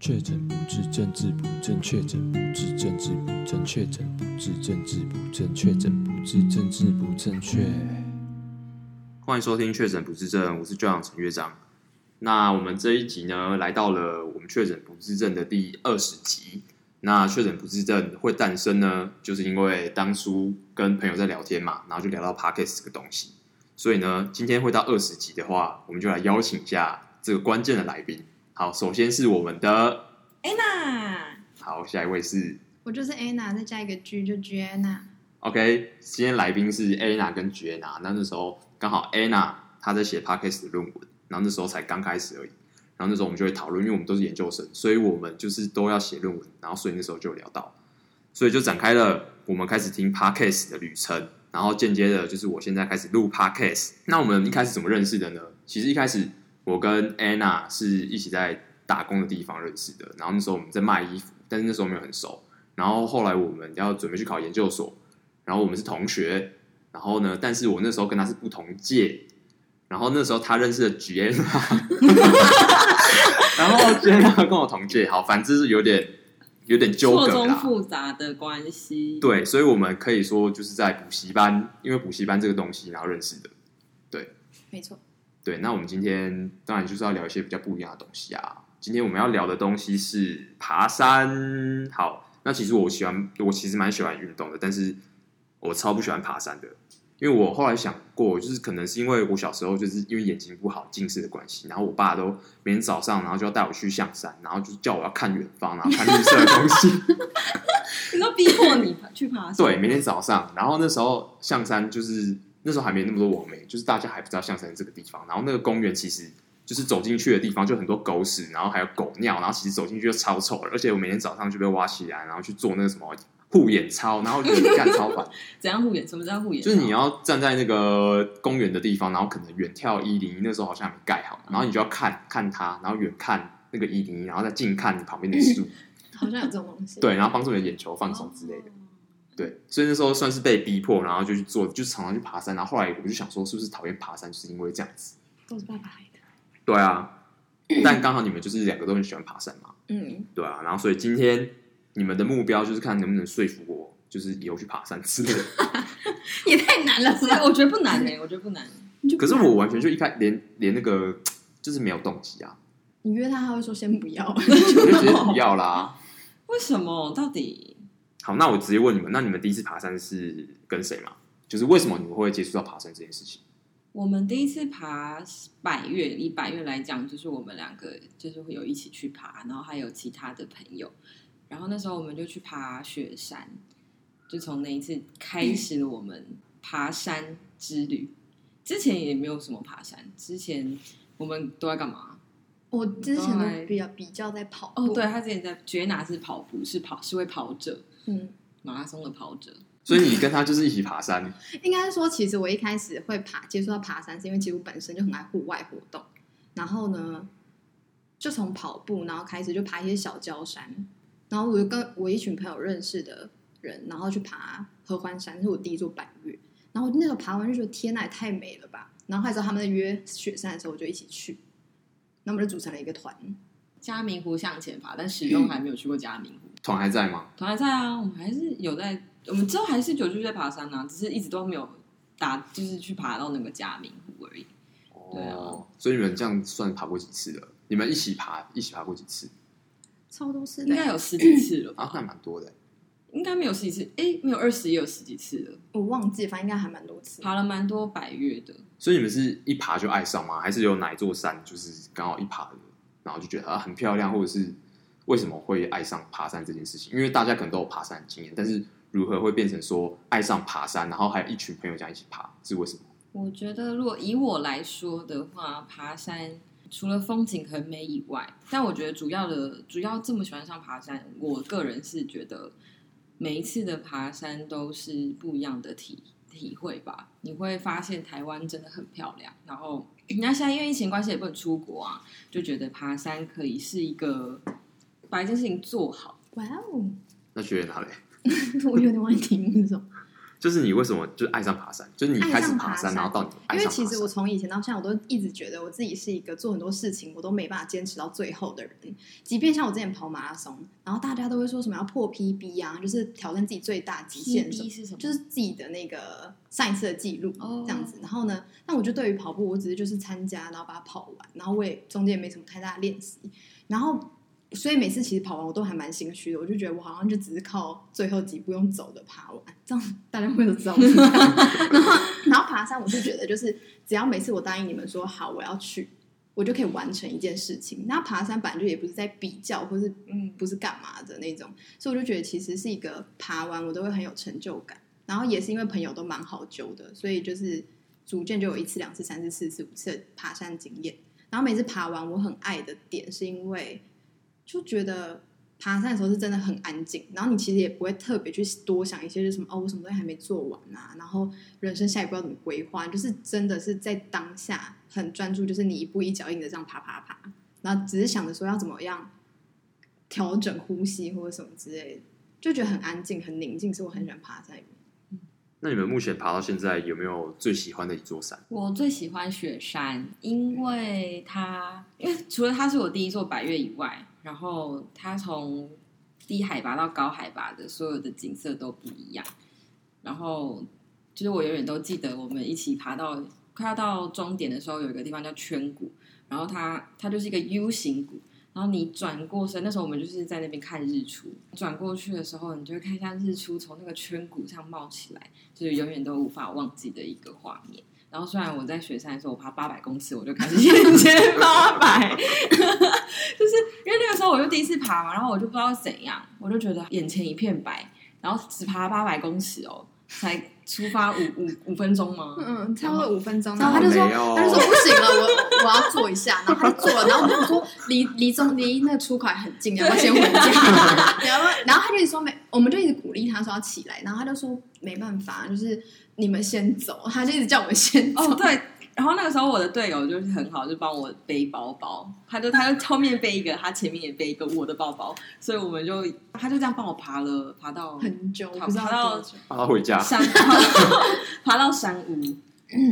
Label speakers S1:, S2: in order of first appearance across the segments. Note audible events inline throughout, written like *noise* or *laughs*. S1: 确诊不治，政治不正确；确诊不治，政治不正确；确诊不治，政治不正确；确诊不治，政治不正确。
S2: 欢迎收听《确诊不治症》，我是教长陈乐长。那我们这一集呢，来到了我们确诊不治症的第二十集。那确诊不治症会诞生呢，就是因为当初跟朋友在聊天嘛，然后就聊到 podcast 这个东西。所以呢，今天会到二十集的话，我们就来邀请一下这个关键的来宾。好，首先是我们的，
S3: Anna，
S2: 好，下一位是
S3: 我就是 Anna，再加一个 G 就 Gianna。
S2: OK，今天来宾是 Anna 跟 Jenna，那那时候刚好 Anna 她在写 Podcast 的论文，然后那时候才刚开始而已。然后那时候我们就会讨论，因为我们都是研究生，所以我们就是都要写论文，然后所以那时候就有聊到，所以就展开了我们开始听 Podcast 的旅程，然后间接的就是我现在开始录 Podcast。那我们一开始怎么认识的呢？其实一开始我跟 Anna 是一起在打工的地方认识的，然后那时候我们在卖衣服，但是那时候没有很熟。然后后来我们要准备去考研究所，然后我们是同学，然后呢，但是我那时候跟他是不同届，然后那时候他认识了 g n
S4: *laughs*
S2: 然后 g n 跟我同届，好，反正是有点有点纠
S4: 错
S2: 葛
S4: 综
S2: 啦。
S4: 复杂的关系。，
S2: 对，所以我们可以说就是在补习班，因为补习班这个东西，然后认识的。
S3: 没错，
S2: 对，那我们今天当然就是要聊一些比较不一样的东西啊。今天我们要聊的东西是爬山。好，那其实我喜欢，我其实蛮喜欢运动的，但是我超不喜欢爬山的，因为我后来想过，就是可能是因为我小时候就是因为眼睛不好近视的关系，然后我爸都每天早上然后就要带我去象山，然后就是叫我要看远方，然后看绿色的东西。
S4: 你都逼迫你爬去爬山。
S2: 对，每天早上，然后那时候象山就是那时候还没那么多网媒，就是大家还不知道象山这个地方。然后那个公园其实就是走进去的地方就很多狗屎，然后还有狗尿，然后其实走进去就超臭的。而且我每天早上就被挖起来，然后去做那个什么护眼操，然后我觉得干超烦。
S4: 怎样护眼？什么叫护眼？
S2: 就是你要站在那个公园的地方，然后可能远眺一零一，那时候好像还没盖好，然后你就要看看它，然后远看那个一零一，然后再近看你旁边的树，
S3: 好像有这种东西。哦
S2: 对，然后帮助你的眼球放松之类的。对，所以那时候算是被逼迫，然后就去做，就常常去爬山。然后后来我就想说，是不是讨厌爬山，就是因为这样子？
S3: 都是爸爸来的。
S2: 对啊，但刚好你们就是两个都很喜欢爬山嘛，
S4: 嗯，
S2: 对啊。然后所以今天你们的目标就是看能不能说服我，就是以后去爬山之类的。
S3: 也太难欸了
S4: 是啊，我觉得不难 *laughs* 呢，我觉得不难。
S2: 可是我完全就一开连连那个就是没有动机啊，
S3: 你约他，他会说先不
S4: *laughs*
S3: 要。
S2: 我就直接不要啦。
S4: 为什么？到底
S2: 好，那我直接问你们，那你们第一次爬山是跟谁嘛？就是为什么你们会接触到爬山这件事情？
S4: 我们第一次爬百越，以百越来讲，就是我们两个就是会有一起去爬，然后还有其他的朋友。然后那时候我们就去爬雪山，就从那一次开始了我们爬山之旅。之前也没有什么爬山，之前我们都在干嘛？
S3: 我之前都比较比较在跑步。
S4: 哦，对，，他之前在绝拿是跑步，是跑是位跑者，
S3: 嗯，
S4: 马拉松的跑者。
S2: 所以你跟他就是一起爬山，
S3: 应该说，其实我一开始会爬接触到爬山，是因为其实我本身就很爱户外活动。然后呢，就从跑步，然后开始就爬一些小礁山。然后我就跟我一群朋友认识的人，然后去爬合欢山，是我第一座百岳。然后我那时候爬完就觉得天呐，也太美了吧！然后还知道他们在约雪山的时候，我就一起去。那我们就组成了一个团，
S4: 嘉明湖向前爬，但始终还没有去过嘉明湖。
S2: 团还在吗？
S4: 团还在啊，我们还是有在，我们之后还是有去在爬山啊，只是一直都没有打，就是去爬到那个嘉明湖而已。对啊，
S2: 哦所以你们这样算爬过几次了？你们一起爬，一起爬过几次
S3: 超多次的
S4: 应该有十几次了吧？
S2: 啊？那蛮多的。
S4: 应该没有十几次，诶，没有二十也有十几次了，
S3: 我忘记，反正应该还蛮多次。
S4: 爬了蛮多百越的。
S2: 所以你们是一爬就爱上吗？还是有哪一座山就是刚好一爬了，然后就觉得啊很漂亮，或者是为什么会爱上爬山这件事情？因为大家可能都有爬山的经验，但是如何会变成说爱上爬山，然后还有一群朋友这样一起爬，是为什么？
S4: 我觉得，如果以我来说的话，爬山除了风景很美以外，但我觉得主要的主要这么喜欢上爬山，我个人是觉得每一次的爬山都是不一样的体体会吧。你会发现台湾真的很漂亮，然后那现在因为疫情关系也不能出国啊，就觉得爬山可以是一个把一件事情做好。
S3: 哇哦， *laughs*
S2: 那学员哪里？
S3: 我有点忘记题目是什么。
S2: 就是你为什么就爱上爬山？就是你
S3: 爱
S2: 开始
S3: 上
S2: 爬
S3: 爬
S2: 山，
S3: 山
S2: 然后到你爱上
S3: 因为
S2: 爬山。
S3: 其实我从以前到现在，我都一直觉得我自己是一个做很多事情我都没办法坚持到最后的人。即便像我之前跑马拉松，然后大家都会说什么要破 PB 啊，就是挑战自己最大极限什么
S4: PB 是什么？
S3: 就是自己的那个上一次的记录
S4: 哦
S3: 这样子。然后呢，但我就对于跑步，我只是就是参加，然后把它跑完，然后我也中间也没什么太大的练习。然后，所以每次其实跑完我都还蛮心虚的，我就觉得我好像就只是靠最后几步用走的爬完，这样大家会都知道我是这样。 *laughs* 然后，然后爬山，我就觉得就是只要每次我答应你们说好我要去。我就可以完成一件事情。那爬山本来就也不是在比较，或是
S4: 嗯，
S3: 不是干嘛的那种，所以我就觉得其实是一个爬完我都会很有成就感，然后也是因为朋友都蛮好揪的，所以就是逐渐就有一次、两次、三次、四次、五次的爬山经验。然后每次爬完，我很爱的点是因为就觉得爬山的时候是真的很安静，然后你其实也不会特别去多想一些就是什么哦，我什么东西还没做完啊，然后人生下一步要怎么规划，就是真的是在当下很专注，就是你一步一脚印的这样爬爬爬，然后只是想着说要怎么样调整呼吸或者什么之类的，就觉得很安静、很宁静，是我很喜欢爬山的原因。
S2: 那你们目前爬到现在有没有最喜欢的一座山？
S4: 我最喜欢雪山，因为它，因为除了它是我第一座百越以外，然后它从低海拔到高海拔的所有的景色都不一样。然后就是我永远都记得，我们一起爬到快要到终点的时候，有一个地方叫圈谷，然后它它就是一个 U 型谷。然后你转过身，那时候我们就是在那边看日出。转过去的时候，你就会看一下日出从那个圈谷上冒起来，就是永远都无法忘记的一个画面。然后虽然我在雪山的时候，我爬八百公尺，我就开始眼前八百，就是因为那个时候我就第一次爬嘛，然后我就不知道怎样，我就觉得啊眼前一片白，然后只爬八百公尺哦，才出发五五五分钟吗？
S3: 嗯，差不多五分钟，然
S4: 然
S3: 后
S4: 后
S3: 他就说，
S2: 没有
S3: 他就说不行了，我我要坐一下，然后他就坐了，然后我就说离离中离那个出口还很近，你要不要先回家？然后然后他就一直说没，我们就一直鼓励他说要起来，然后他就说没办法，就是你们先走，他 *laughs* 就一直叫我们先走。
S4: 哦，对。然后那个时候我的队友就是很好，就帮我背包包，他就他就后面背一个，他前面也背一个我的包包，所以我们就他就这样帮我爬了，爬到
S3: 很久，我
S4: 爬
S3: 不知道
S4: 爬到
S3: 多久
S2: *laughs* 爬到回家，
S4: 山，爬到山屋，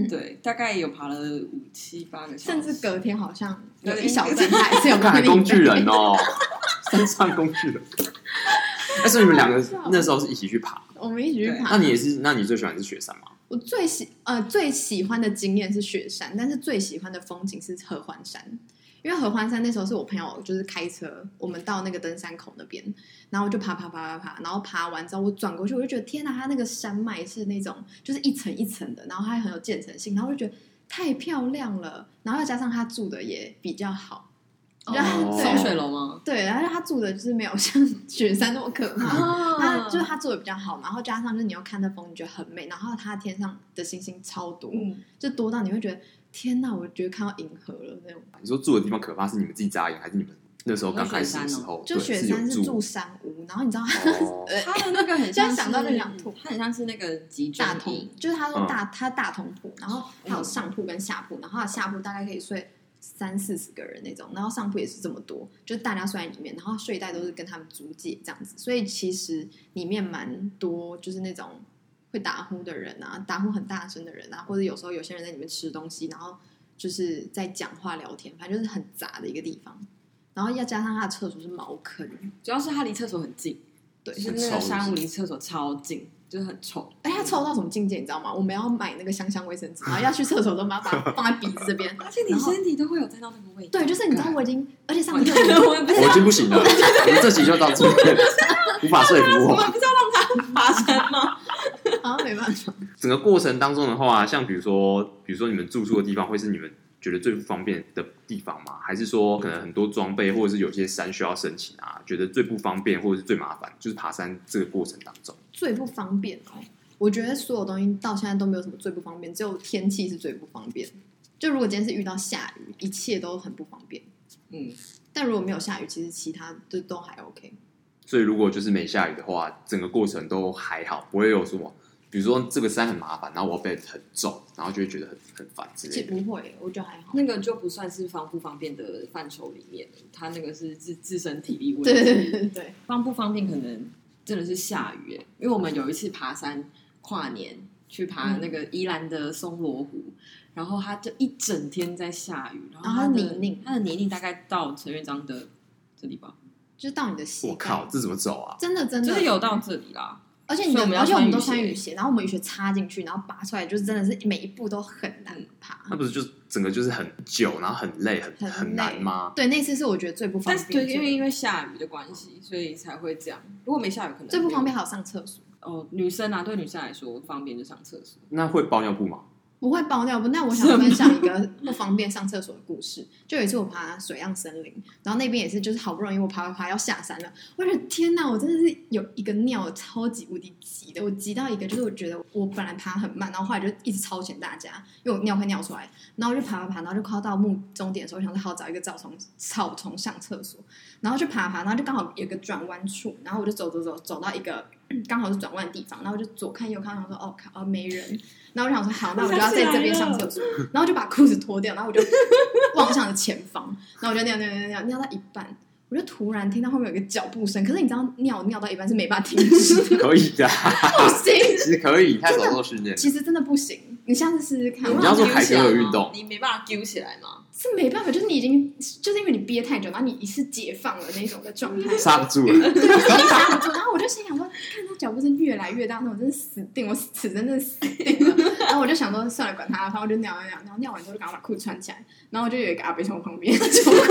S4: 对，大概有爬了五七八个小
S3: 甚
S4: 时，
S3: 至隔天好像有
S4: 对
S3: 一小段他
S2: *laughs*
S3: 还是有
S2: 看来
S3: 跟你
S2: 工具人哦，山上工具人。但是你们两个那时候是一起去爬，
S3: 我们一起去
S4: 对
S3: 爬
S2: 那。你也是？那你最喜欢是雪山吗？
S3: 我最喜呃最喜欢的经验是雪山，但是最喜欢的风景是合欢山，因为合欢山那时候是我朋友就是开车，我们到那个登山口那边，然后我就爬爬爬爬爬，然后爬完之后我转过去，我就觉得天哪，它那个山脉是那种就是一层一层的，然后它还很有建成性，然后我就觉得太漂亮了，然后再加上他住的也比较好，
S4: 哦
S3: 啊
S2: 对
S4: 松水楼吗？
S3: 对，然后他住的就是没有像 *laughs* 雪山那么可怕，
S4: 啊
S3: 它就是它做的比较好，然后加上就是你要看那风，你觉得很美，然后它天上的星星超多，
S4: 嗯，
S3: 就多到你会觉得天哪，我觉得看到银河了那种。
S2: 你说住的地方可怕是你们自己扎营，还是你们那时候刚开始的时候？
S3: 就
S2: 对
S3: 雪山
S2: 是
S3: 是
S2: 有
S3: 住山屋，然后你知道它 *laughs*
S2: 哦，
S4: 他的那个很像
S3: 现在
S4: 是，
S3: 想到就想吐
S4: 他很像是那个集中
S3: 大同
S4: 营，
S3: 就是他说
S2: 嗯
S3: 大他大同铺，然后还有上铺跟下铺，然后它的下铺大概可以睡三四十个人那种，然后上铺也是这么多，就是大家睡在里面，然后睡袋都是跟他们租借这样子，所以其实里面蛮多就是那种会打呼的人啊，打呼很大声的人啊，或者有时候有些人在里面吃东西，然后就是在讲话聊天，反正就是很杂的一个地方，然后要加上他的厕所是茅坑，
S4: 主要是他离厕所很近，
S3: 对
S4: 就是那个山屋离厕所超近，就是很臭。
S3: 哎，他臭到什么境界，你知道吗？我们要买那个香香卫生纸，然后要去厕所都把它把它放在鼻子这边。
S4: 而且你身体都会有沾到那个味道，
S3: 对，就是你知道我已
S4: *laughs*
S3: 经，而且上
S4: 完
S3: 次
S4: 蛋了，我也不知
S2: 我已
S4: 道，
S2: 经不行了，我们这集就到这里，无法说服
S4: 我
S2: 我。
S4: 也不知道让他爬山吗？
S3: 好像没办法。
S2: 整个过程当中的话，像比如说，比如说你们住宿的地方，会是你们觉得最不方便的地方吗？还是说可能很多装备，或者是有些山需要申请啊，觉得最不方便或者是最麻烦，就是爬山这个过程当中，
S3: 最不方便哦，我觉得所有东西到现在都没有什么最不方便，只有天气是最不方便。就如果今天是遇到下雨，一切都很不方便。
S4: *laughs* 嗯，
S3: 但如果没有下雨，其实其他就都还 OK。
S2: 所以如果就是没下雨的话，整个过程都还好，不会有什么，比如说这个山很麻烦，然后我要背得很重，然后就会觉得很很烦之
S3: 其
S2: 类
S3: 实
S2: 的。
S3: 不会，我觉得还好。
S4: 那个就不算是方不方便的范畴里面，他那个是自自身体力问题。
S3: 对对对对对，
S4: 欸方不方便可能真的是下雨耶，因为我们有一次爬山，跨年去爬那个宜兰的松罗湖，然后它就一整天在下雨，然后啊它
S3: 然后
S4: 的
S3: 泥泞
S4: 它的泥泞大概到陈乐章的这里吧，
S3: 就是到你的膝盖。
S2: 我靠，，这怎么走啊？
S3: 真的真的
S4: 就是有到这里啦。
S3: 而且你
S4: 所以我
S3: 们，
S4: 们要
S3: 而且我们
S4: 穿
S3: 都
S4: 雨
S3: 穿
S4: 鞋
S3: 雨鞋，然后我们雨鞋插进去，然后拔出来，就是真的是每一步都很
S4: 嗯
S3: 难爬。
S2: 那不是就整个就是很久，然后很累，很
S3: 很
S2: 很难
S3: 累
S2: 吗？
S3: 对，那次是我觉得最不方便
S4: 但是
S3: 做
S4: 对，
S3: 的，
S4: 因为因为下雨的关系，所以才会这样。如果没下雨，可能
S3: 最不方
S4: 没有
S3: 便还有上厕所，
S4: 哦。女生啊，对女生来说不方便就上厕所。
S2: 那会包尿布吗？
S3: 不会包尿布。那我
S4: 什
S3: 想
S4: 么
S3: 分享一个不方便上厕所的故事。就有一次我爬水漾森林，然后那边也是，就是好不容易我爬爬爬要下山了，我觉得天哪，我真的是有一个尿超级无敌急的，我急到一个就是我觉得我本来爬很慢，然后后来就一直超前大家，因为我尿快尿出来，然后我就爬爬爬，然后就快要到目终点的时候，我想说好找一个草丛草丛上厕所，然后就爬爬，然后就刚好有一个转弯处，然后我就走走走走到一个嗯刚好是转弯的地方，然后我就左看右看，想说哦靠哦没人，然后我就想说好，那我就要在这边上厕所，然后就把裤子脱掉，然后我就 *laughs* 望向了前方，然后我就尿尿尿尿尿到一半。我就突然听到后面有一个脚步声，可是你知道尿尿到一半是没办法停止的，
S2: 可以的，
S3: 不行，
S2: 其实可以，太
S3: 真的
S2: 早做训练。
S3: 其实真的不行。你下次试试看，
S2: 你要做凯格尔运动
S4: 你没办法揪起来吗？
S3: 是没办法，就是你已经就是因为你憋太久，然后你一次解放了那种的状
S2: *laughs*
S3: 态，
S2: 刹不住了，
S3: 对，然后刹不住。然后我就心想说，看他脚步声越来越大，那我真的死定，我死真的死定了。 *laughs* 然后我就想说，算了，管他，反正我就尿尿尿，然后尿完之后就赶快把裤子穿起来。然后就有一个阿伯从我旁边走过去，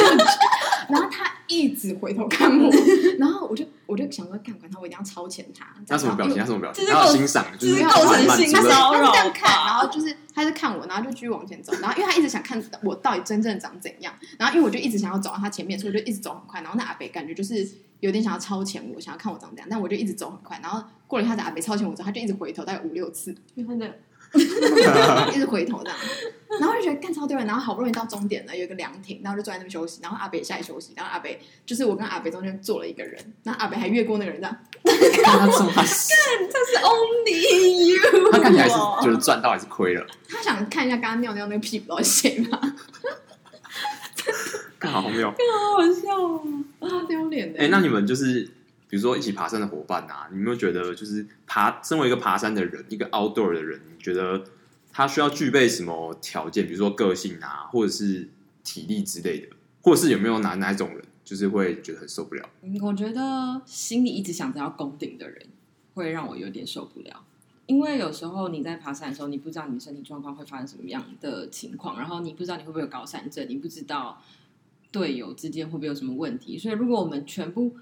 S3: 然后他一直回头看我，然后我就我就想说，看管他，我一定要超前他。
S2: 他什么表情？他什么表情？
S4: 这是
S2: 他有
S4: 构
S2: 欣赏，就
S4: 这
S2: 是
S4: 是
S3: 构
S2: 慢慢
S3: 成
S4: 性
S2: 慢慢
S4: 骚扰
S3: 他是这样看，
S4: 吧
S3: 然后就是他就看我，然后就继续往前走，然后因为他一直想看我到底真正长怎样，然后因为我就一直想要走到他前面，所以我就一直走很快，然后那阿北感觉就是有点想要超前我，想要看我长怎样，但我就一直走很快，然后过了一下子阿北超前我之后，他就一直回头，大概五六次，
S4: 真的， *laughs*
S3: 一直回头这样，然后就觉得干超丢人，然后好不容易到终点了，有一个凉亭，然后就坐在那边休息，然后阿北也下来休息，然后阿北就是我跟阿北中间坐了一个人，然后阿北还越过那个人这样，
S2: 他这么
S4: 这是 only you。
S2: 他看起来是觉得赚到还是亏了？
S3: 他想看一下刚刚尿尿那个屁股到底是谁吗？
S2: 看好没有？
S4: 好好笑哦。
S3: 超丢脸的。
S2: 哎、那你们就是比如说一起爬山的伙伴啊，你有没有觉得就是爬，身为一个爬山的人，一个 outdoor 的人，你觉得他需要具备什么条件？比如说个性啊，或者是体力之类的，或者是有没有哪哪一种人，就是会觉得很受不了？
S4: 嗯我觉得心里一直想着要攻顶的人，会让我有点受不了。因为有时候你在爬山的时候，你不知道你的身体状况会发生什么样的情况，然后你不知道你会不会有高山症，你不知道队友之间会不会有什么问题。所以，如果我们全部，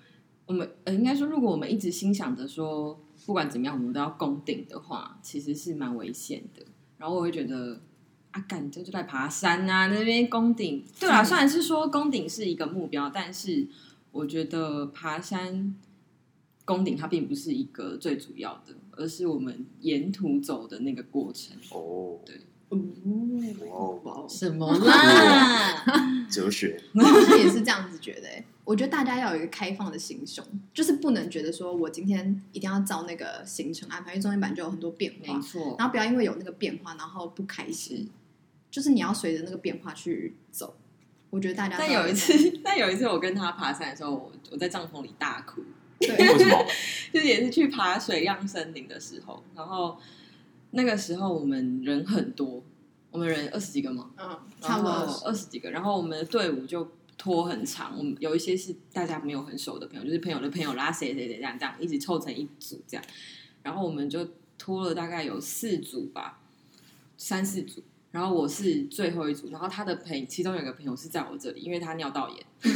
S4: 我们呃，应该说，如果我们一直心想着说，不管怎么样，我们都要攻顶的话，其实是蛮危险的。然后我会觉得，啊，干，这就在爬山啊，那边攻顶。对啦，
S3: 嗯
S4: 虽然是说攻顶是一个目标，但是我觉得爬山攻顶它并不是一个最主要的，而是我们沿途走的那个过程。
S2: 哦，
S4: 嗯
S3: 哦，哇哦
S4: 什 *laughs* 么啦？
S2: 哲学，
S3: 我好像也是这样子觉得、欸。我觉得大家要有一个开放的心胸，就是不能觉得说我今天一定要照那个行程安排，因为中间版就有很多变
S4: 没
S3: 化，
S4: *laughs* 错，
S3: 然后不要因为有那个变化，然后不开心。就是你要随着那个变化去走。我觉得大家都
S4: 但
S3: 要
S4: 有一
S3: 这样，
S4: 次，但有一次我跟他爬山的时候，我我在帐篷里大哭，
S3: 对，
S2: 为什么？
S4: 就是也是去爬水漾森林的时候，然后那个时候我们人很多，我们人二十几个嘛，
S3: 嗯，差不多。 *laughs*
S4: 二十几个，然后我们的队伍就拖很长，我们有一些是大家没有很熟的朋友，就是朋友的朋友啦，谁谁谁这样这样一起凑成一组这样，然后我们就拖了大概有四组吧，三四组。然后我是最后一组，然后他的朋，其中有一个朋友是在我这里，因为他尿道炎，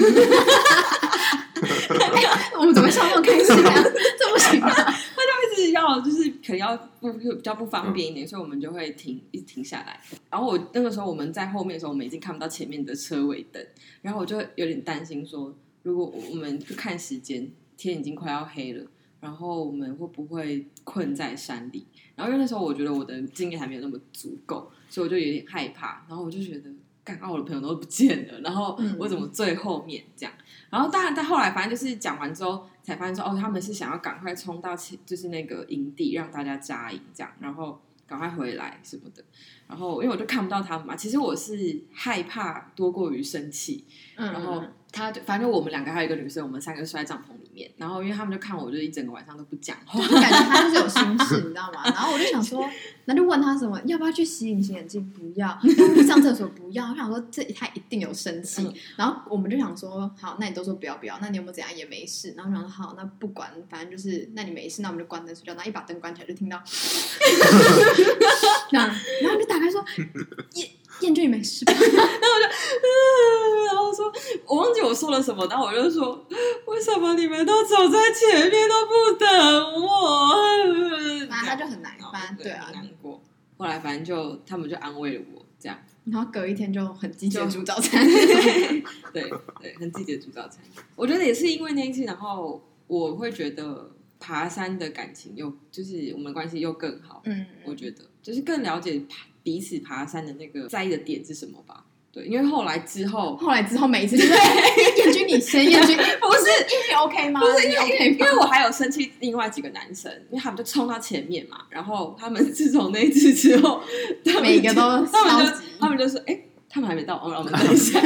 S3: 哎我们怎么笑那么开心啊？这不行啊！
S4: 就是要就是可能要不不比较不方便一点，所以我们就会停一直停下来。然后我那个时候我们在后面的时候，我们已经看不到前面的车尾灯，然后我就有点担心说，如果我们去看时间，天已经快要黑了。然后我们会不会困在山里？然后因为那时候我觉得我的经验还没有那么足够，所以我就有点害怕。然后我就觉得，干，啊，我的朋友都不见了，然后
S3: 嗯
S4: 我怎么最后面这样？然后当然，但后来反正就是讲完之后，才发现说，哦，他们是想要赶快冲到其就是那个营地，让大家扎营这样，然后赶快回来什么的。然后因为我就看不到他们嘛，其实我是害怕多过于生气，
S3: 嗯，
S4: *laughs* 然后他就反正我们两个还有一个女生，我们三个睡在帐篷里面，然后因为他们就看我，就是一整个晚上都不讲话，
S3: 就感觉他就是有心事，你知道吗？然后我就想说，那就问他什么，要不要去洗隐形眼镜？不要，去上厕所不要。我想说这他一定有生气。
S4: 嗯
S3: 然后我们就想说，好，那你都说不要不要，那你有没有怎样也没事。然后我想说好，那不管，反正就是那你没事，那我们就关灯睡觉。然后一把灯关起来，就听到 *laughs* 这样，然后我就打开说，厌厌倦没事吧？哦
S4: *laughs* 然后说我忘记我说了什么，然后我就说为什么你们都走在前面都不等我？
S3: *laughs* 反正他就很难
S4: 然后
S3: 办，对啊
S4: 很。难过。后来反正就他们就安慰了我，这样
S3: 然后隔一天就很积极地
S4: 就
S3: 煮早餐。 *laughs*
S4: 对对，很季节煮早餐。我觉得也是因为那一次，然后我会觉得爬山的感情又就是我们关系又更好。
S3: 嗯，
S4: 我觉得就是更了解爬彼此爬山的那个在意的点是什么吧。对，因为后来之后
S3: 后来之后每一次就是燕君你先，燕君
S4: 不是
S3: 你 OK 吗？
S4: 不是
S3: 你
S4: 因为
S3: OK
S4: 因
S3: 吗？
S4: 为我还有生气另外几个男生，因为他们就冲到前面嘛，然后他们自从那一次之后，他们
S3: 每个都
S4: 他
S3: 超
S4: 们就
S3: 级
S4: 他们就说，哎、他们还没到，哦让
S2: *laughs*
S4: 我们等一下。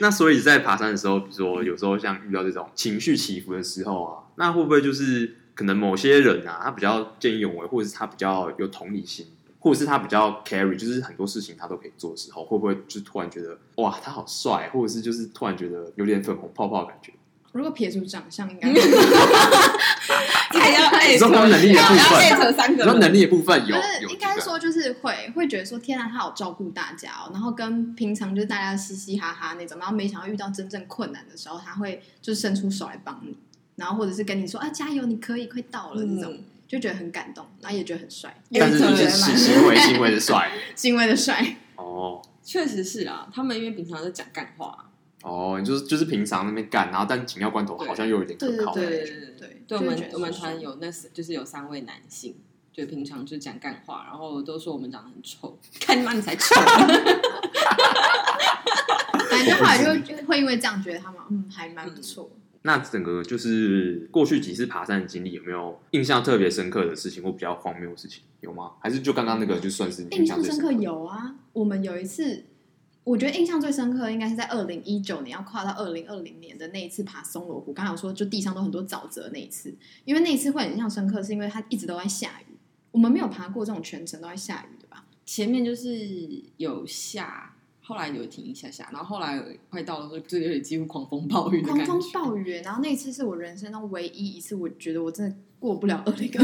S2: 那所以在爬山的时候，比如说有时候像遇到这种情绪起伏的时候啊，那会不会就是可能某些人啊，他比较见义勇为，或者是他比较有同理心，或者是他比较 carry，就是很多事情他都可以做的时候，会不会就突然觉得哇，他好帅，或者是就是突然觉得有点粉红泡泡的感觉？
S3: 如果撇除长相，应该
S4: 你还要艾
S2: *laughs* 你
S4: 特，
S2: 说他们能力的部
S4: 还要艾
S2: 分，
S4: 特三
S2: 你
S4: 个
S2: 说
S4: 人，
S2: 能力的部分有
S3: 不是
S2: 有
S3: 应该
S2: 这个
S3: 说就是会会觉得说天啊，他好照顾大家哦，然后跟平常就是大家嘻嘻哈哈那种，然后没想到遇到真正困难的时候，他会就是伸出手来帮你，然后或者是跟你说啊加油，你可以，快到了那种
S4: 嗯，
S3: 就觉得很感动，然后也觉得很帅，
S2: 但是就是
S4: 是
S2: 行行为行为的帅
S3: 是因为的帅，
S2: 哦。
S4: 确实是啊，他们因为平常都讲干话，
S2: 哦，你就是就是平常那边干，然后但紧要关头好像又有点可靠。
S3: 对对对
S4: 对对，我
S3: 就会觉
S4: 们
S3: 得
S4: 我们
S3: 是
S4: 团有那是就是有三位男性，就平常就讲干话，然后都说我们长得很丑， *laughs* 看你妈你才丑，
S3: 反正后来就就会因为这样觉得他们嗯还蛮不错，
S2: 那整个就是过去几次爬山的经历，有没有印象特别深刻的事情或比较荒谬的事情？有吗？还是就刚刚那个就算是
S3: 印
S2: 象
S3: 象
S2: 最
S3: 深刻？有啊，我们有一次，我觉得印象最深刻的应该是在二零一九年要跨到二零二零年的那一次爬松罗湖。刚才有说，就地上都很多沼泽那一次，因为那一次会很印象深刻，是因为它一直都在下雨，我们没有爬过这种全程都在下雨的吧？
S4: 前面就是有下，后来有停一下下，然后后来快到了，就有点几乎狂风暴雨的
S3: 狂
S4: 感觉。
S3: 风暴雨，欸然后那一次是我人生中唯一一次，我觉得我真的过不了二零二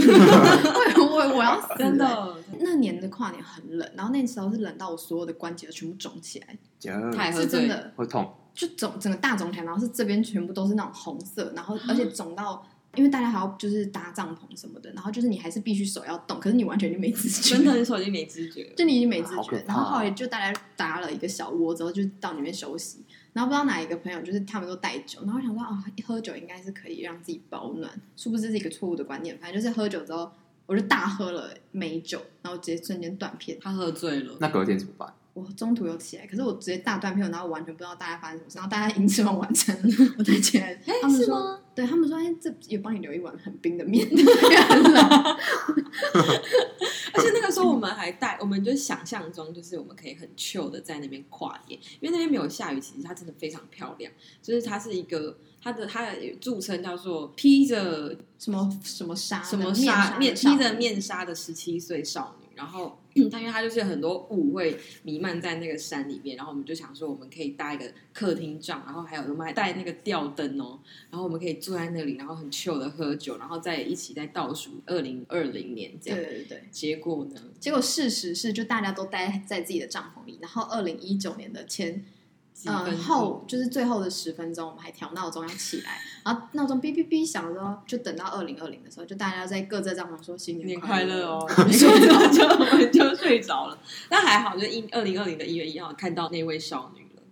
S3: 零，我我我要死了欸
S4: 真。 *laughs* 的
S3: 那年的跨年很冷，然后那时候是冷到我所有的关节都全部肿起来，
S2: 有，
S4: 太喝
S3: 是真
S4: 醉，
S3: 的。
S2: 会痛
S3: 就肿整个大肿起来，然后是这边全部都是那种红色，然后
S4: 啊
S3: 而且肿到，因为大家还要就是搭帐篷什么的，然后就是你还是必须手要动，可是你完全就没知觉，
S4: 真的，你手机没知觉了。
S3: 就你已经没知
S2: 好可
S3: 觉
S2: 怕。哦
S3: 然后后来就大家搭了一个小窝之后，就到里面休息。然后不知道哪一个朋友，就是他们都带酒，然后我想说啊、喝酒应该是可以让自己保暖，殊不知是一个错误的观念。反正就是喝酒之后，我就大喝了美酒，然后直接瞬间断片。
S4: 他喝醉了，
S2: 那隔天怎么办？
S3: 我中途有起来，可是我直接大断片，然后完全不知道大家发生什么事，然后大家已经吃完晚餐了，我才起来。他们
S4: 哎是
S3: 说，
S4: 吗？
S3: 对他们说，哎，这也帮你留一碗很冰的面， *laughs* 因为很冷。
S4: 而且那个时候
S3: 嗯
S4: 我们还带，我们就想象中就是我们可以很 chill 的在那边跨年，因为那边没有下雨，其实它真的非常漂亮。就是它是一个它的它的著称叫做披着
S3: 什么什么纱，
S4: 什么
S3: 面纱
S4: 纱
S3: 的
S4: 面
S3: 纱
S4: 披着面纱的十七岁少女，然后嗯但因为她就是很多雾会弥漫在那个山里面，然后我们就想说我们可以搭一个客厅帐，然后还有我们还带那个吊灯哦，然后我们可以坐在那里，然后很 chill 的喝酒，然后再一起在倒数二零二零年这
S3: 对
S4: 样。
S3: 对对对。
S4: 结果呢？
S3: 结果事实是，就大家都待在自己的帐篷里，然后二零一九年的前
S4: 几分
S3: 嗯
S4: 钟
S3: 后就是最后的十分钟，我们还调闹钟要起来，然后闹钟哔哔哔响的时候，就等到二零二零的时候，就大家在各自帐篷说新
S4: 新年
S3: 快
S4: 快
S3: *laughs*
S4: 乐哦，睡着就我们就睡着了。但还好，就一二零二零的一月一号看到那位少女了，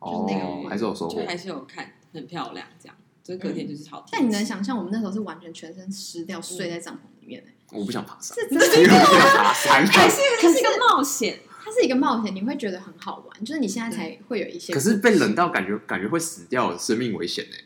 S3: 就是那个
S2: 哦，还是有收获
S4: 就。还是有看，很漂亮，这样。就隔天就是好天气。
S3: 但你能想象，嗯我们那时候是完全全身湿掉，睡在帐篷里面、欸，
S2: 我不想爬山，
S3: 是真的。
S2: 因为我不想爬山。 *laughs*
S4: 还是
S3: 可
S4: 它
S3: 是
S4: 是一个冒险，
S3: 它是一个冒险，你会觉得很好玩，就是你现在才会有一些。
S2: 可是被冷到感觉感觉会死掉，有生命危险呢。欸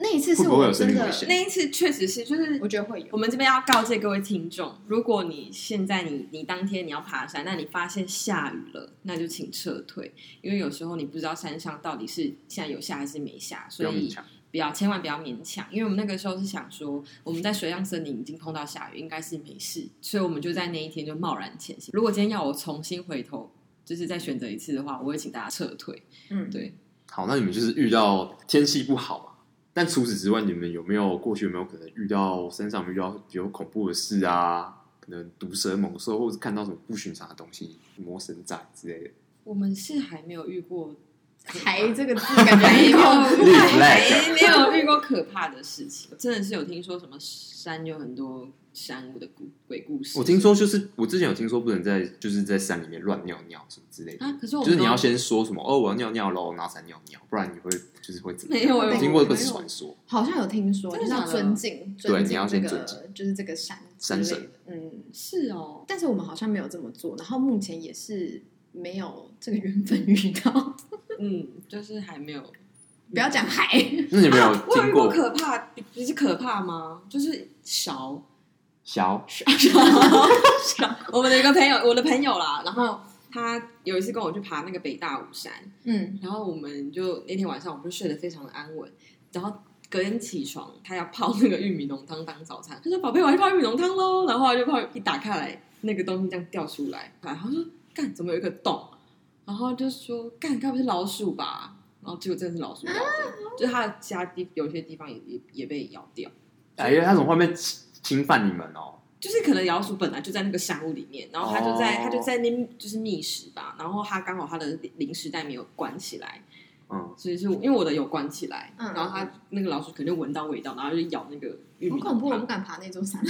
S3: 那一次是
S2: 会不会
S3: 我
S2: 有生
S3: 真
S2: 命
S3: 的
S2: 危，险
S4: 那一次确实是，就是
S3: 我觉得会有
S4: 我。们这边要告诫各位听众，如果你现在你你当天你要爬山，那你发现下雨了，那就请撤退，因为有时候你不知道山上到底是现在有下还是没下，
S2: 不
S4: 所
S2: 要
S4: 以
S2: 勉强。
S4: 不要，千万不要勉强，因为我们那个时候是想说，我们在水漾森林已经碰到下雨，应该是没事，所以我们就在那一天就贸然前行。如果今天要我重新回头，就是再选择一次的话，我会请大家撤退。
S3: 嗯，
S4: 对，
S2: 好，那你们就是遇到天气不好嘛？但除此之外，你们有没有过去有没有可能遇到山上有没有遇到比如恐怖的事啊？可能毒蛇猛兽，或者是看到什么不寻常的东西，魔神仔之类的。
S4: 我们是还没有遇过可怕的，
S3: 还这个字感觉没
S4: 没有
S3: 有。
S2: 立 flag
S4: 没有遇过可怕的事情，真的是有听说什么山有很多山屋的故鬼故事。
S2: 我听说就是我之前有听说不能在就是在山里面乱尿尿什么之类的，
S4: 啊，可是我
S2: 就是
S4: 们
S2: 你
S4: 都
S2: 要先说什么哦我要尿尿喽，然后才尿尿，不然你会就是会怎么
S4: 没
S2: 样？
S4: 有
S2: 我
S4: 欸
S2: 听过这
S4: 我
S2: 个
S4: 没有
S2: 传说，
S3: 好像有听说，就
S4: 真的
S3: 是要
S4: 假的
S3: 尊敬，
S2: 对
S3: 尊
S2: 你要
S3: 敬
S2: 先
S3: 这个
S2: 尊敬
S3: 就是这个山之
S2: 山
S3: 类
S2: 神
S3: 的，嗯。
S4: 是哦，
S3: 但是我们好像没有这么做，然后目前也是没有这个缘分遇到。
S4: 嗯，就是还没有。
S3: 不要讲海，
S2: 那你们有
S4: 啊 *laughs* 我
S2: 听
S4: 遇
S2: 过
S4: 过可怕，不不是可怕吗？就是勺，
S2: 小
S4: 我们的一个朋友，我的朋友啦，然后他有一次跟我去爬那个北大武山，
S3: 嗯，
S4: 然后我们就那天晚上我们就睡得非常的安稳，然后隔天起床，他要泡那个玉米浓汤当早餐，他说：“宝贝，我要去泡玉米浓汤喽。”然后他就泡一打开来，那个东西这样掉出来，然后他说：“干，怎么有一个洞？”然后就说：“干，该不是老鼠吧？”然后结果真的是老鼠咬的，就是他的家地有些地方也也也被咬掉。
S2: 哎呀，他从外面侵侵犯你们哦，
S4: 就是可能老鼠本来就在那个山屋里面，然后它就在、
S2: 哦
S4: 它就在那就是觅食吧，然后它刚好它的零食袋没有关起来，
S2: 嗯，
S4: 所以是我因为我的有关起来，
S3: 嗯
S4: 然后它那个老鼠可能就闻到味道，然后就咬那个玉
S3: 好
S4: 米。
S3: 恐怖，哦我不敢爬那座山。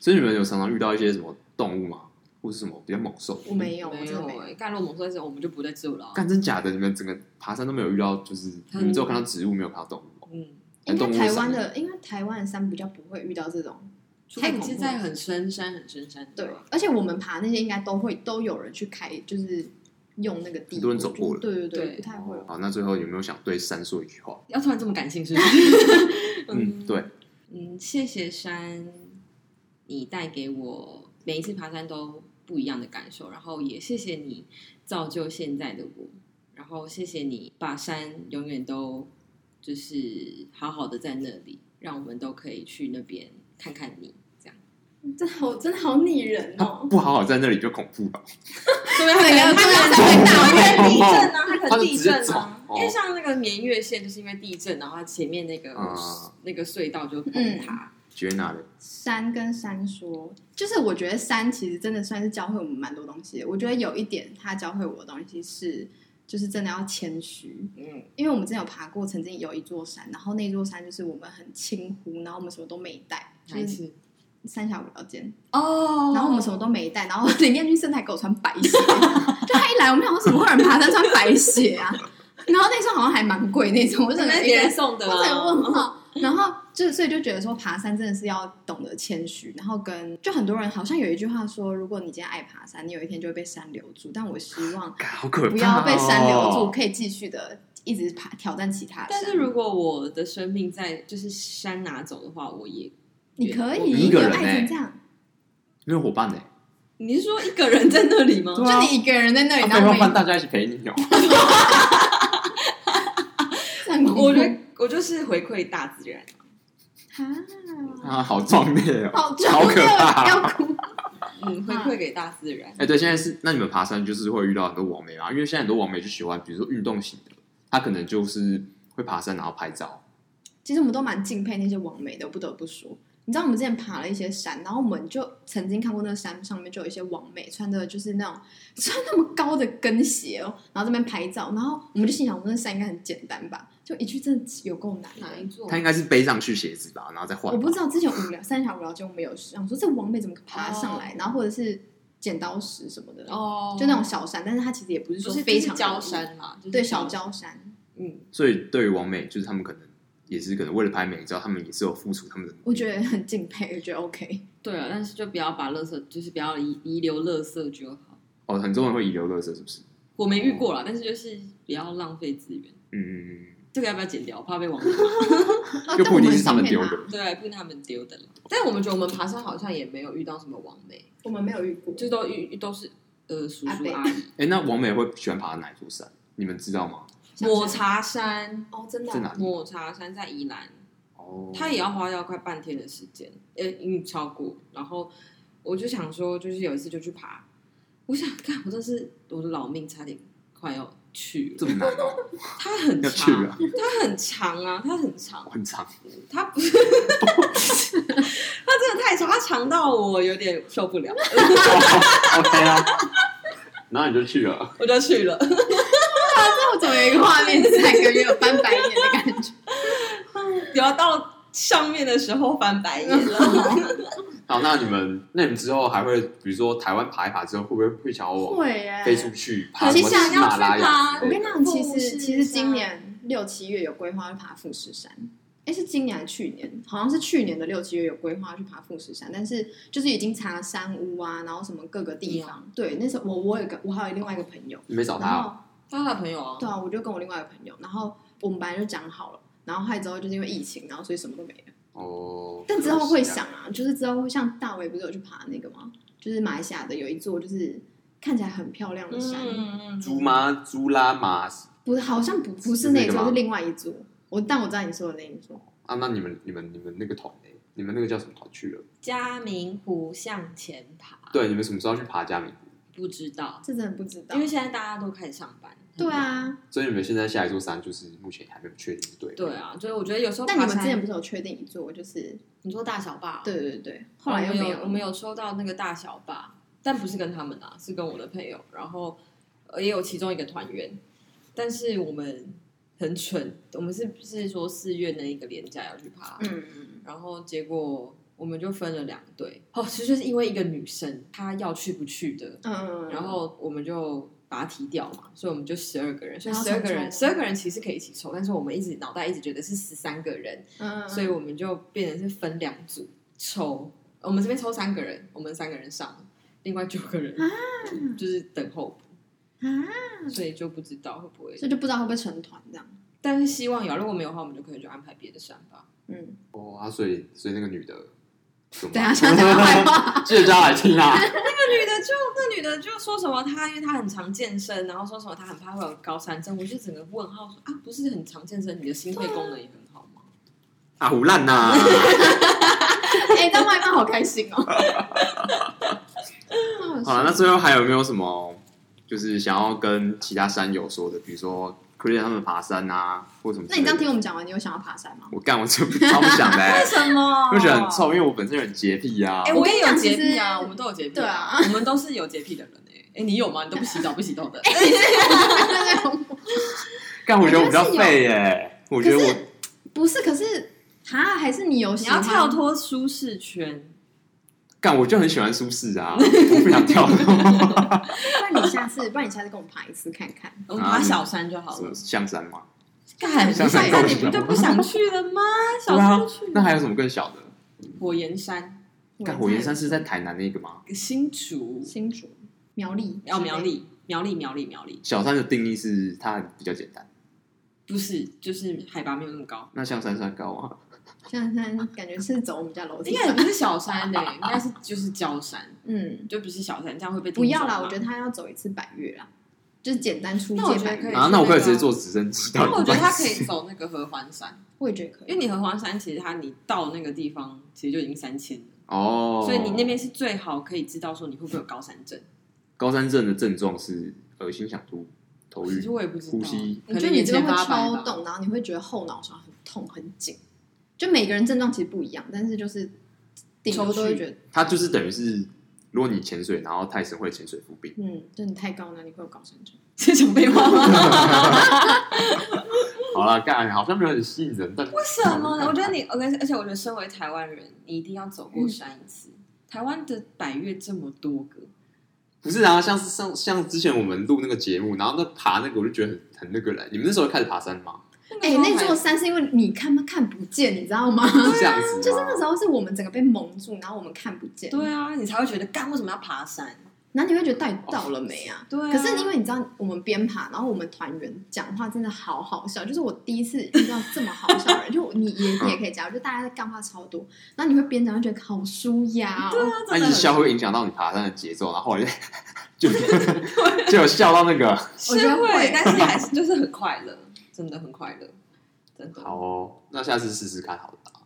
S2: 所以你们有常常遇到一些什么动物吗，或是什么比较猛兽？
S3: 我没有，我
S4: 没
S3: 真的
S4: 有
S3: 没有。
S4: 欸，干肉猛兽这种我们就不再做了啊。
S2: 干真假的？你们整个爬山都没有遇到，就是
S4: 嗯
S2: 你们只有看到植物，没有看到动物。
S4: 嗯，
S2: 那
S3: 应
S2: 动
S3: 该
S2: 物
S3: 台
S2: 是
S3: 湾
S2: 什么
S3: 的，应该台湾的山比较不会遇到这种。
S4: 除非
S3: 太
S4: 你
S3: 恐
S4: 是
S3: 怖
S4: 在
S3: 了
S4: 很深山很深山的地
S3: 对
S4: 方，
S3: 而且我们爬那些应该都会都有人去开，就是用那个地，
S2: 很多人走过了
S3: 对对
S4: 对
S3: 对，不太会有。
S2: 好，那最后有没有想对山说一句话？
S4: 要突然这么感性是
S3: *laughs*
S4: 不是？
S2: 嗯，对，
S4: 嗯，谢谢山，你带给我每一次爬山都不一样的感受，然后也谢谢你造就现在的我，然后谢谢你把山永远都就是好好的在那里，让我们都可以去那边看看你。这样，
S3: 真的好，真的好拟人
S2: 他
S3: 哦。
S2: 啊不好好在那里就恐怖吧？
S4: 对啊，
S3: 个
S4: 他
S3: 这个
S4: 可
S3: 才
S4: 能
S3: 会
S4: 他可
S2: 大
S4: 能地震啊，他可
S2: 他
S4: 能
S2: 就
S4: 地
S2: 直接
S4: 震
S2: 走
S4: 啊。，
S2: 哦
S4: 因为像那个绵月线，就是因为地震，然后它前面那个、
S2: 啊
S4: 那个隧道就崩塌。
S2: 觉得哪里？
S3: 山跟山说，就是我觉得山其实真的算是教会我们蛮多东西的。我觉得有一点它教会我的东西是，就是真的要谦虚，
S4: 嗯
S3: 因为我们之前有爬过，曾经有一座山，然后那座山就是我们很轻忽，然后我们什么都没带，
S4: 哪
S3: 就
S4: 一
S3: 是
S4: 次？
S3: 三峡五寮间，
S4: 哦
S3: 然后我们什么都没带，然后林彦俊甚至还给我穿白鞋，就他一来，我们想说怎么会有人爬山穿白鞋啊？然后那双好像还蛮贵那 *laughs* 种，我
S4: 我
S3: 整
S4: 整
S3: 个
S4: 个
S3: 一
S4: 别
S3: 个
S4: 人送的、啊，
S3: 我整个问号。然后就所以就觉得说，爬山真的是要懂得谦虚，然后跟就很多人好像有一句话说，如果你今天爱爬山，你有一天就会被山留住。但我希望
S2: 干好可怕！哦
S3: 不要被山留住，。可以继续的一直爬挑战其他的
S4: *laughs* 但
S3: 山。
S4: 是如果我的生命在就是山拿走的话，我也
S3: 你可以
S2: 我
S3: 你
S2: 一个
S3: 有
S2: 人欸
S3: 爱成这样，
S2: 没有伙伴呢？
S4: *laughs* 你是说一个人在那里
S3: *laughs*
S4: 吗？
S2: 对啊
S3: 就你一个人在那里，
S2: 啊
S3: 然
S2: 没
S3: 后
S2: 有伙
S3: 没
S2: 伴，大家一起陪你哦。
S3: 上空
S4: 我觉得我就是回馈大自然，
S3: 啊，
S2: *laughs* 啊，好壮烈哦！
S3: 好重
S2: 好可怕
S3: 要哭。
S4: 嗯，回馈给大自然。
S2: 哎，对，现在是那你们爬山就是会遇到很多网媒嘛？因为现在很多网媒就喜欢，比如说运动型的，他可能就是会爬山然后拍照。
S3: 其实我们都蛮敬佩那些网媒的，不得不说。你知道我们之前爬了一些山，然后我们就曾经看过那个山上面就有一些网媒穿的就是那种 *laughs* 穿那么高的跟鞋哦，然后这边拍照，然后我们就心想我们那山应该很简单吧，就一句真的有够难
S4: 哪
S3: 的
S4: 一。座？
S2: 他应该是背上去鞋子吧，然后再换吧。
S3: 我不知道之前无聊三峡无聊就没有想说这网媒怎么爬上来，然后或者是剪刀石什么的，
S4: 哦，
S3: 就那种小山，但是它其实也不是
S4: 不
S3: 说
S4: 是
S3: 非常
S4: 就是礁
S3: 容
S4: 山嘛，就
S3: 易，
S4: 是
S3: 对小，礁山，
S4: 嗯，
S2: 所以对于王美，就是他们可能也是可能为了拍美照，他们也是有付出他们的努力。
S3: 我觉得很敬佩，我觉得 OK。
S4: 对啊，但是就不要把垃圾，就是不要遗遗留垃圾就好。
S2: 哦，很多人会遗留垃圾，是不是？
S4: 我没遇过啦，但是就是不要浪费资源。
S2: 嗯，
S4: 这个要不要剪掉？怕被网
S3: *laughs*
S4: 友
S3: 哦
S2: 又不一定是他们
S3: 啊
S2: 丢的。
S4: 对，啊不是他们丢的啦。但我们觉得我们爬山好像也没有遇到什么网媒，
S3: 我们没有遇过。
S4: 就都遇都是呃叔
S3: 阿
S4: 叔
S3: 伯
S4: 阿姨。
S2: 哎、那王美会喜欢爬哪一座山？你们知道吗？
S4: 抹茶山，
S3: 哦，真的
S2: 在哪
S3: 啊，
S2: 里？
S4: 抹茶山在宜兰，
S2: 哦，
S4: 他也要花掉快半天的时间，呃，嗯，超过。然后我就想说，就是有一次就去爬，我想看，干我真是我的老命，差点快要去
S2: 这
S4: 了。
S2: 么难哦，
S4: 它很
S2: 要去
S4: 长，
S2: 啊，
S4: 它很长啊，它很长，
S2: 很长。
S4: 它不是，它真的太长，它长到我有点受不了，
S2: OK *laughs* 啊，然后你就去了。
S4: 我就去了。
S3: 那我总有一个画面是三个月有翻白眼的感 *laughs* 觉。
S4: 聊到上面的时候翻白眼
S3: *laughs*
S4: 了，
S2: 好，那你们，那你们之后还会，比如说台湾爬一爬之后，会不会会想要往
S3: 会耶
S2: 飞出去爬什
S4: 很
S2: 么喜
S4: 想要
S2: 马拉
S4: 去
S2: 雅
S4: 爬
S2: 之
S3: 我
S2: 类
S3: 跟
S2: 的？
S3: 你讲，其
S4: 富士
S3: 实其实今
S4: 山
S3: 年六七月有规划要爬富士山，哎，是今年还是去年？好像是去年的六七月有规划去爬富士山，但是就是已经查山屋啊，然后什么各个地方。对，啊那时候我我有个我还有另外一个朋友，
S2: 你没找他
S3: 然
S2: 啊、
S3: 后
S4: 他的朋友啊
S3: 对，啊，我就跟我另外一个朋友，然后我们本来就讲好了，然后害之后就是因为疫情，然后所以什么都没了。
S2: 哦。
S3: 但之后会
S2: 可惜啊，
S3: 想啊，就是之后会像大伟不是有去爬那个吗？就是马来西亚的有一座就是看起来很漂亮的山，
S4: 嗯
S2: 猪妈猪拉马
S3: 不是好像不不
S2: 是
S3: 是那
S2: 那个
S3: 座，
S2: 吗
S3: 是另外一座。我但我知道你说的那一座，
S2: 啊，那你们你们你们那个团呢？你们那个叫什么团去了？
S4: 嘉明湖向前爬，
S2: 对，你们什么时候要去爬加明湖？
S4: 不知道，
S3: 这真的不知道
S4: 因为。嗯现在大家都开始上班。
S3: 对，啊，
S2: 所以你们现在下一座山就是目前还没有确定，对？
S4: 对。啊，所以我觉得有时候
S3: 但你
S4: 爬
S3: 们之前
S4: 山，
S3: 不是有确定一座，就是
S4: 你说大小坝，，
S3: 对对对，后来又
S4: 哦我
S3: 没
S4: 们
S3: 有，
S4: 我们有抽到那个大小坝，但不是跟他们啊，是跟我的朋友，然后呃也有其中一个团员，但是我们很蠢，我们是是说四月那一个连假要去爬，
S3: 嗯，
S4: 然后结果我们就分了两队。哦，其实就是因为一个女生她要去不去的，
S3: 嗯，
S4: 然后我们就把她踢掉嘛，所以我们就十二个人，所以
S3: 然后
S4: 十二个人，
S3: 重
S4: 十
S3: 抽
S4: 二个人其实可以一起抽，但是我们一直脑袋一直觉得是十三个人，
S3: 嗯，
S4: 所以我们就变成是分两组抽。我们这边抽三个人，我们三个人上，另外九个人就是等候
S3: 啊，
S4: 补，所以就不知道会不会
S3: 所，以就不知道会不会成团这样，
S4: 但是希望有啊，如果没有的话，我们就可能就安排别的山吧。 *laughs*
S3: 嗯，
S2: 哦啊，所以所以那个女的，
S3: 等一下想 *laughs* 讲坏话。
S2: 记得叫她来听啊。
S4: 那女的就那女的就说什么她因为她很常健身，然后说什么她很怕会有高山症，我就整个问号说啊，不是很常健身，你的心肺功能也很好吗？
S2: *laughs* 啊，胡烂 *laughs* 呐！
S3: 哎、当外卖好开心
S4: *laughs*
S3: 哦！
S2: 好了，那最后还有没有什么就是想要跟其他山友说的？比如说 Chris 他们爬山啊，或什么之
S3: 那
S2: 类
S3: 你
S2: 的？
S3: 这样听我们讲完，你有想要爬山
S4: *laughs*
S3: 吗？ *laughs*
S2: 我干，我真超不想的、 *laughs* 欸，
S4: 什么
S2: 会觉得很。臭，因为我本身有点洁癖啊。
S3: *laughs*
S4: 哎、
S3: 我
S4: 我
S3: 跟你
S4: 也
S3: 讲
S4: 有
S3: 其实
S4: 洁癖啊，我们都有洁癖、
S3: 对啊
S4: 我们都是有洁癖的人哎、 *laughs* 哎、你有吗？你都不洗澡不洗头的，
S2: 干，我觉得我比较
S3: 我觉得是有
S2: 废耶、我觉得
S3: 可
S2: 我
S3: 是不是，可是啊，还是你有
S4: 你
S3: 喜
S4: 要
S3: 欢
S4: 跳脱舒适圈。
S2: 干，我就很喜欢舒适啊，我不想跳动。
S3: 不然你下次，不然你下次跟我爬一次看看。
S4: 我们爬小山就好
S2: 啊什么
S4: 了。
S2: 象山嘛？
S4: 干，
S2: 像
S4: 啊小
S2: 山
S4: 山你
S2: 够
S4: 不
S2: 了
S4: 就不想去了 *laughs* 吗？
S2: 对
S4: *laughs* 小
S2: 啊
S4: 山就去了。
S2: 那还有什么更小的？
S4: 火焰山、
S2: 干，
S3: 我
S2: 火
S3: 也
S2: 焰
S3: 在
S2: 山是在台南那个吗？
S4: 新竹、
S3: 新竹、苗栗，
S4: 要哦苗，栗、苗栗、苗栗、苗栗，
S2: 小山的定义是它比较简单，
S4: 不是，就是海拔没有那么高。
S2: 那象山算高啊。
S3: 现在感觉是走我们家楼
S4: 应
S3: 梯
S4: 该也
S3: 上。
S4: 不是小山呢、 *laughs* 应该是就是焦山，
S3: 嗯，
S4: 就不是小山，这样会被
S3: 不要啦，我觉
S4: 得。
S3: 得他要走一次百越啦，就是简单出
S4: 那我
S3: 街
S4: 觉
S3: 百
S4: 得可以
S3: 越，
S2: 啊，那我可以直接
S4: 那个
S2: 坐直升机到
S4: 但
S2: 你
S4: 我
S2: 们
S4: 觉
S2: 办
S4: 得
S2: 公
S4: 它可
S2: 室。
S4: 以走那个合欢山，
S3: 我也觉得可
S4: 因
S3: 以。
S4: 为你合欢山其实它你到那个地方其实就已经三千了，
S2: *laughs* 哦，
S4: 所以你那边是最好可以知道说你会不会有高山症。
S2: 高山症的症状是恶心、想吐、头
S4: 其
S2: 晕
S4: 实。我也不知道，
S2: 呼吸
S4: 可
S3: 我
S4: 能
S3: 觉得你
S4: 眼
S3: 这个
S4: 前
S3: 会
S4: 发白
S3: 抽
S4: 吧。
S3: 动，然后你会觉得后脑勺很痛很紧。就每个人症状其实不一样，但是就是顶多都会觉得，
S2: 它就是等于是，如果你潜水，然后太深会潜水浮病。
S3: 嗯，就你太高了，你会有高山症。
S4: 是讲废话吗？
S2: 好了，干好像没有很吸引人，但
S4: *laughs* 为什么呢？我觉
S2: *laughs*
S4: 得你，而且而且，我觉得身为台湾人，你一定要走过山一次。台湾的百越这么多个，
S2: 不是啊，像是像像之前我们录那个节目，然后那爬那个，我就觉得很很那个了。你们那时候开始爬山吗？
S3: 哎、那座山是因为你看不看不见，你知道吗？
S2: 是 *laughs* 这样子吗？
S4: 啊
S3: 就是那时候是我们整个被蒙住，然后我们看不见。
S4: 对啊，你才会觉得干为什么要爬山？
S3: 然后你会觉得到底到了没啊？
S4: 对啊
S3: 可是因为你知道，我们边爬，然后我们团员讲话真的好好笑，就是我第一次遇到这么好笑的人，就你也你也可以加入，就大家在干话超多，然后你会边讲就觉得好舒压、*laughs*
S4: 对
S3: 哦，
S4: 啊，
S2: 那一
S4: 真
S2: 直
S4: 的很
S2: 笑会影响到你爬山的节奏，然后后
S4: *laughs*
S2: 来就就就有笑到那个
S4: 是
S3: 我觉得
S4: 会
S3: 会，
S4: 但是还是就是很快乐，真的很快乐，真的。
S2: 好哦，那下次试试看好了啦，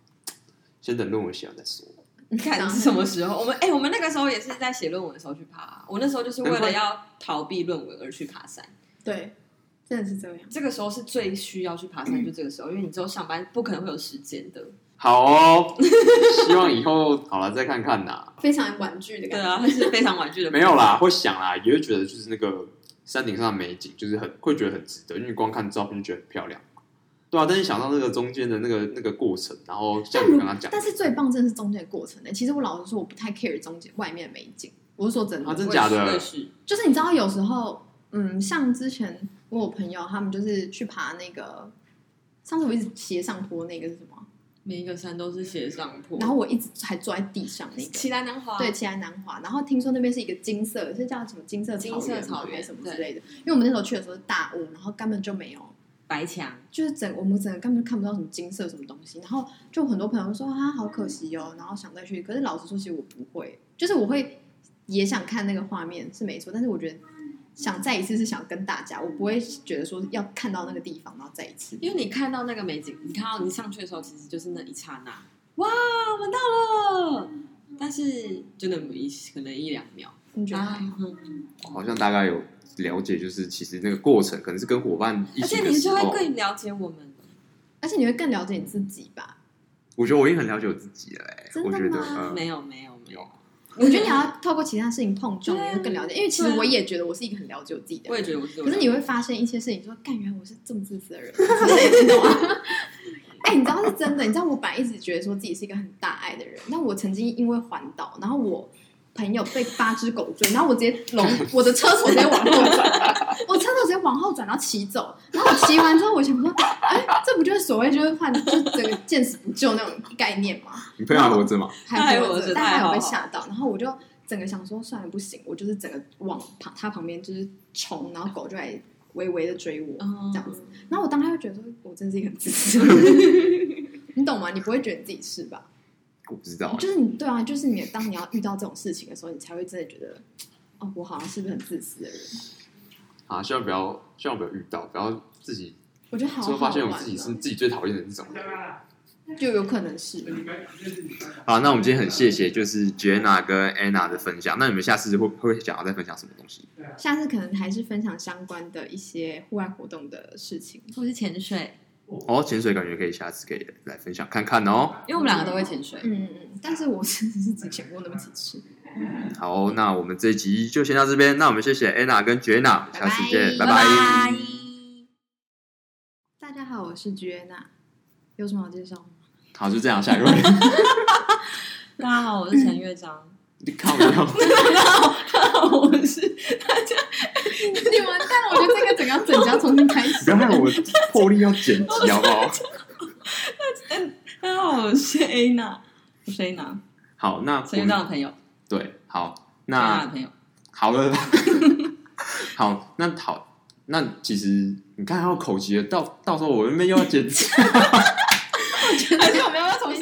S2: 先等论文写完再说。
S3: 你
S4: *laughs* 看是什么时候？我们哎、我们那个时候也是在写论文的时候去爬、啊我那时候就是为了要逃避论文而去爬山。
S3: 对，真的是这样。
S4: 这个时候是最需要去爬山，
S2: 嗯
S4: 就这个时候，因为你之后上班不可能会有时间的。
S2: 好哦，希望以后好了再看看啦。
S3: 非常婉拒的
S4: 对
S3: 感
S4: 啊，它是非常婉拒的。
S2: 没有啦，会想啦，也会觉得就是那个山顶上的美景，就是很会觉得很值得，因为光看照片就觉得很漂亮。对啊，但是想到那个中间的那个那个过程，然后像
S3: 但
S2: 你
S3: 如
S2: 刚刚讲的，
S3: 但是最棒真的是中间的过程的。其实我老实说，我不太 care 中间外面的美景。我是说真的，
S2: 啊真
S4: 我也是，
S2: 假的
S4: 我也是
S3: 就是你知道有时候，嗯，像之前我有朋友他们就是去爬那个，上次我一直斜上坡那个是什么？
S4: 每一个山都是斜上坡，
S3: 然后我一直还坐在地上那个。
S4: 奇兰南华
S3: 对，奇来南华，然后听说那边是一个金色，是叫什么金色
S4: 金色
S3: 原
S4: 草
S3: 吗
S4: 原
S3: 还是什么之类的。因为我们那时候去的时候是大雾，然后根本就没有
S4: 白墙，
S3: 就是整我们整个根本就看不到什么金色什么东西，然后就很多朋友说啊好可惜哦，然后想再去，可是老实说，其实我不会，就是我会也想看那个画面是没错，但是我觉得想再一次是想跟大家，我不会觉得说要看到那个地方然后再一次，
S4: 因为你看到那个美景，你看到你上去的时候，其实就是那一刹那，哇，我们到了，但是真的一可能一两秒。
S3: 你觉得还好？
S4: 啊
S2: 好像大概有了解，就是其实那个过程可能是跟伙伴一
S4: 而
S2: 起
S4: 且
S2: 的
S4: 你
S2: 时
S4: 就
S2: 候
S4: 会，更了解我们了。
S3: 而且你会更了解你自己吧？
S2: 我觉得我已经很了解我自己了、欸，
S3: 真的
S2: 我觉得、
S3: 吗
S2: 呃、
S4: 没有没有没有，
S3: 我觉得你要透过其他事情碰撞，
S4: 对啊
S3: 你会更了解，因为其实
S4: 对啊
S3: 我也觉得我是一个很了解我自己的
S4: 我也
S3: 人。
S4: 觉得我是。
S3: 可是你会发现一些事情说，干原来我是这么自私的人， *laughs* 你懂吗？哎、你知道是真的，你知道我本来一直觉得说自己是一个很大爱的人，但我曾经因为环岛，然后我朋友被八只狗追，然后我直接龙，我的车头直接往后转，我车头直接往后转，然后骑走，然后我骑完之后，我想说，哎、这不就是所谓就是换，就是整个见死不救那种概念吗？
S2: 你朋友啊还活着吗？
S3: 还活
S4: 太活
S3: 着，
S4: 着
S3: 但他
S4: 太好
S3: 有
S4: 了
S3: 被吓到，然后我就整个想说，算了，不行，我就是整个往旁他旁边就是冲，然后狗就来微微的追我，
S4: 嗯
S3: 这样子。然后我当时就觉得说，我真是一个很自
S4: *laughs*
S3: 私的人，你懂吗？你不会觉得你自己是吧？
S2: 我不知道、欸，
S3: 就是你对啊，就是你当你要遇到这种事情的时候，你才会真的觉得，哦，我好像是不是很自私的人？
S2: 啊，希望不要，希望不要遇到，不要自己
S3: 我觉得好
S2: 之
S3: 好
S2: 后
S3: 玩、
S2: 发
S3: 啊，
S2: 现我自己是自己最讨厌的那种人。
S3: 就有可能是
S2: 好，那我们今天很谢谢就是 Jenna 跟 Anna 的分享。那你们下次会会想要再分享什么东西？
S3: 下次可能还是分享相关的一些户外活动的事情。
S4: 或是潜水，
S2: 哦，潜水感觉可以下次可以来分享看看哦。
S4: 因为我们两个都会潜水。
S3: 嗯嗯嗯，但是我真的是只潜过那么几次。
S2: 好，那我们这一集就先到这边。那我们谢谢 Anna 跟 Jenna，我们下次见，
S3: 拜
S2: 拜拜
S3: 大家好，我是菊安娜，有什么好介绍吗？
S2: 好，就这样，下一位。
S4: 大家好，我是陈乐章。
S2: *laughs* 你靠没有？
S4: *laughs* 我是大家，
S3: *laughs* 你完蛋了，我觉得这个整个要整家重新开
S2: 不
S3: 始。
S2: 要害
S3: *laughs*
S2: 我破例要剪辑好不好？
S4: 大家好，我是 Anna，我是 Anna，
S2: 好，那我
S4: 陈乐章的朋友，
S2: 对，好，
S4: 陈乐章
S2: 那
S4: 的朋友。
S2: 好了， *laughs* 好，那好，那其实你看还有口疾了，到到时候我那边又要剪辑。
S3: 而且我们要不要重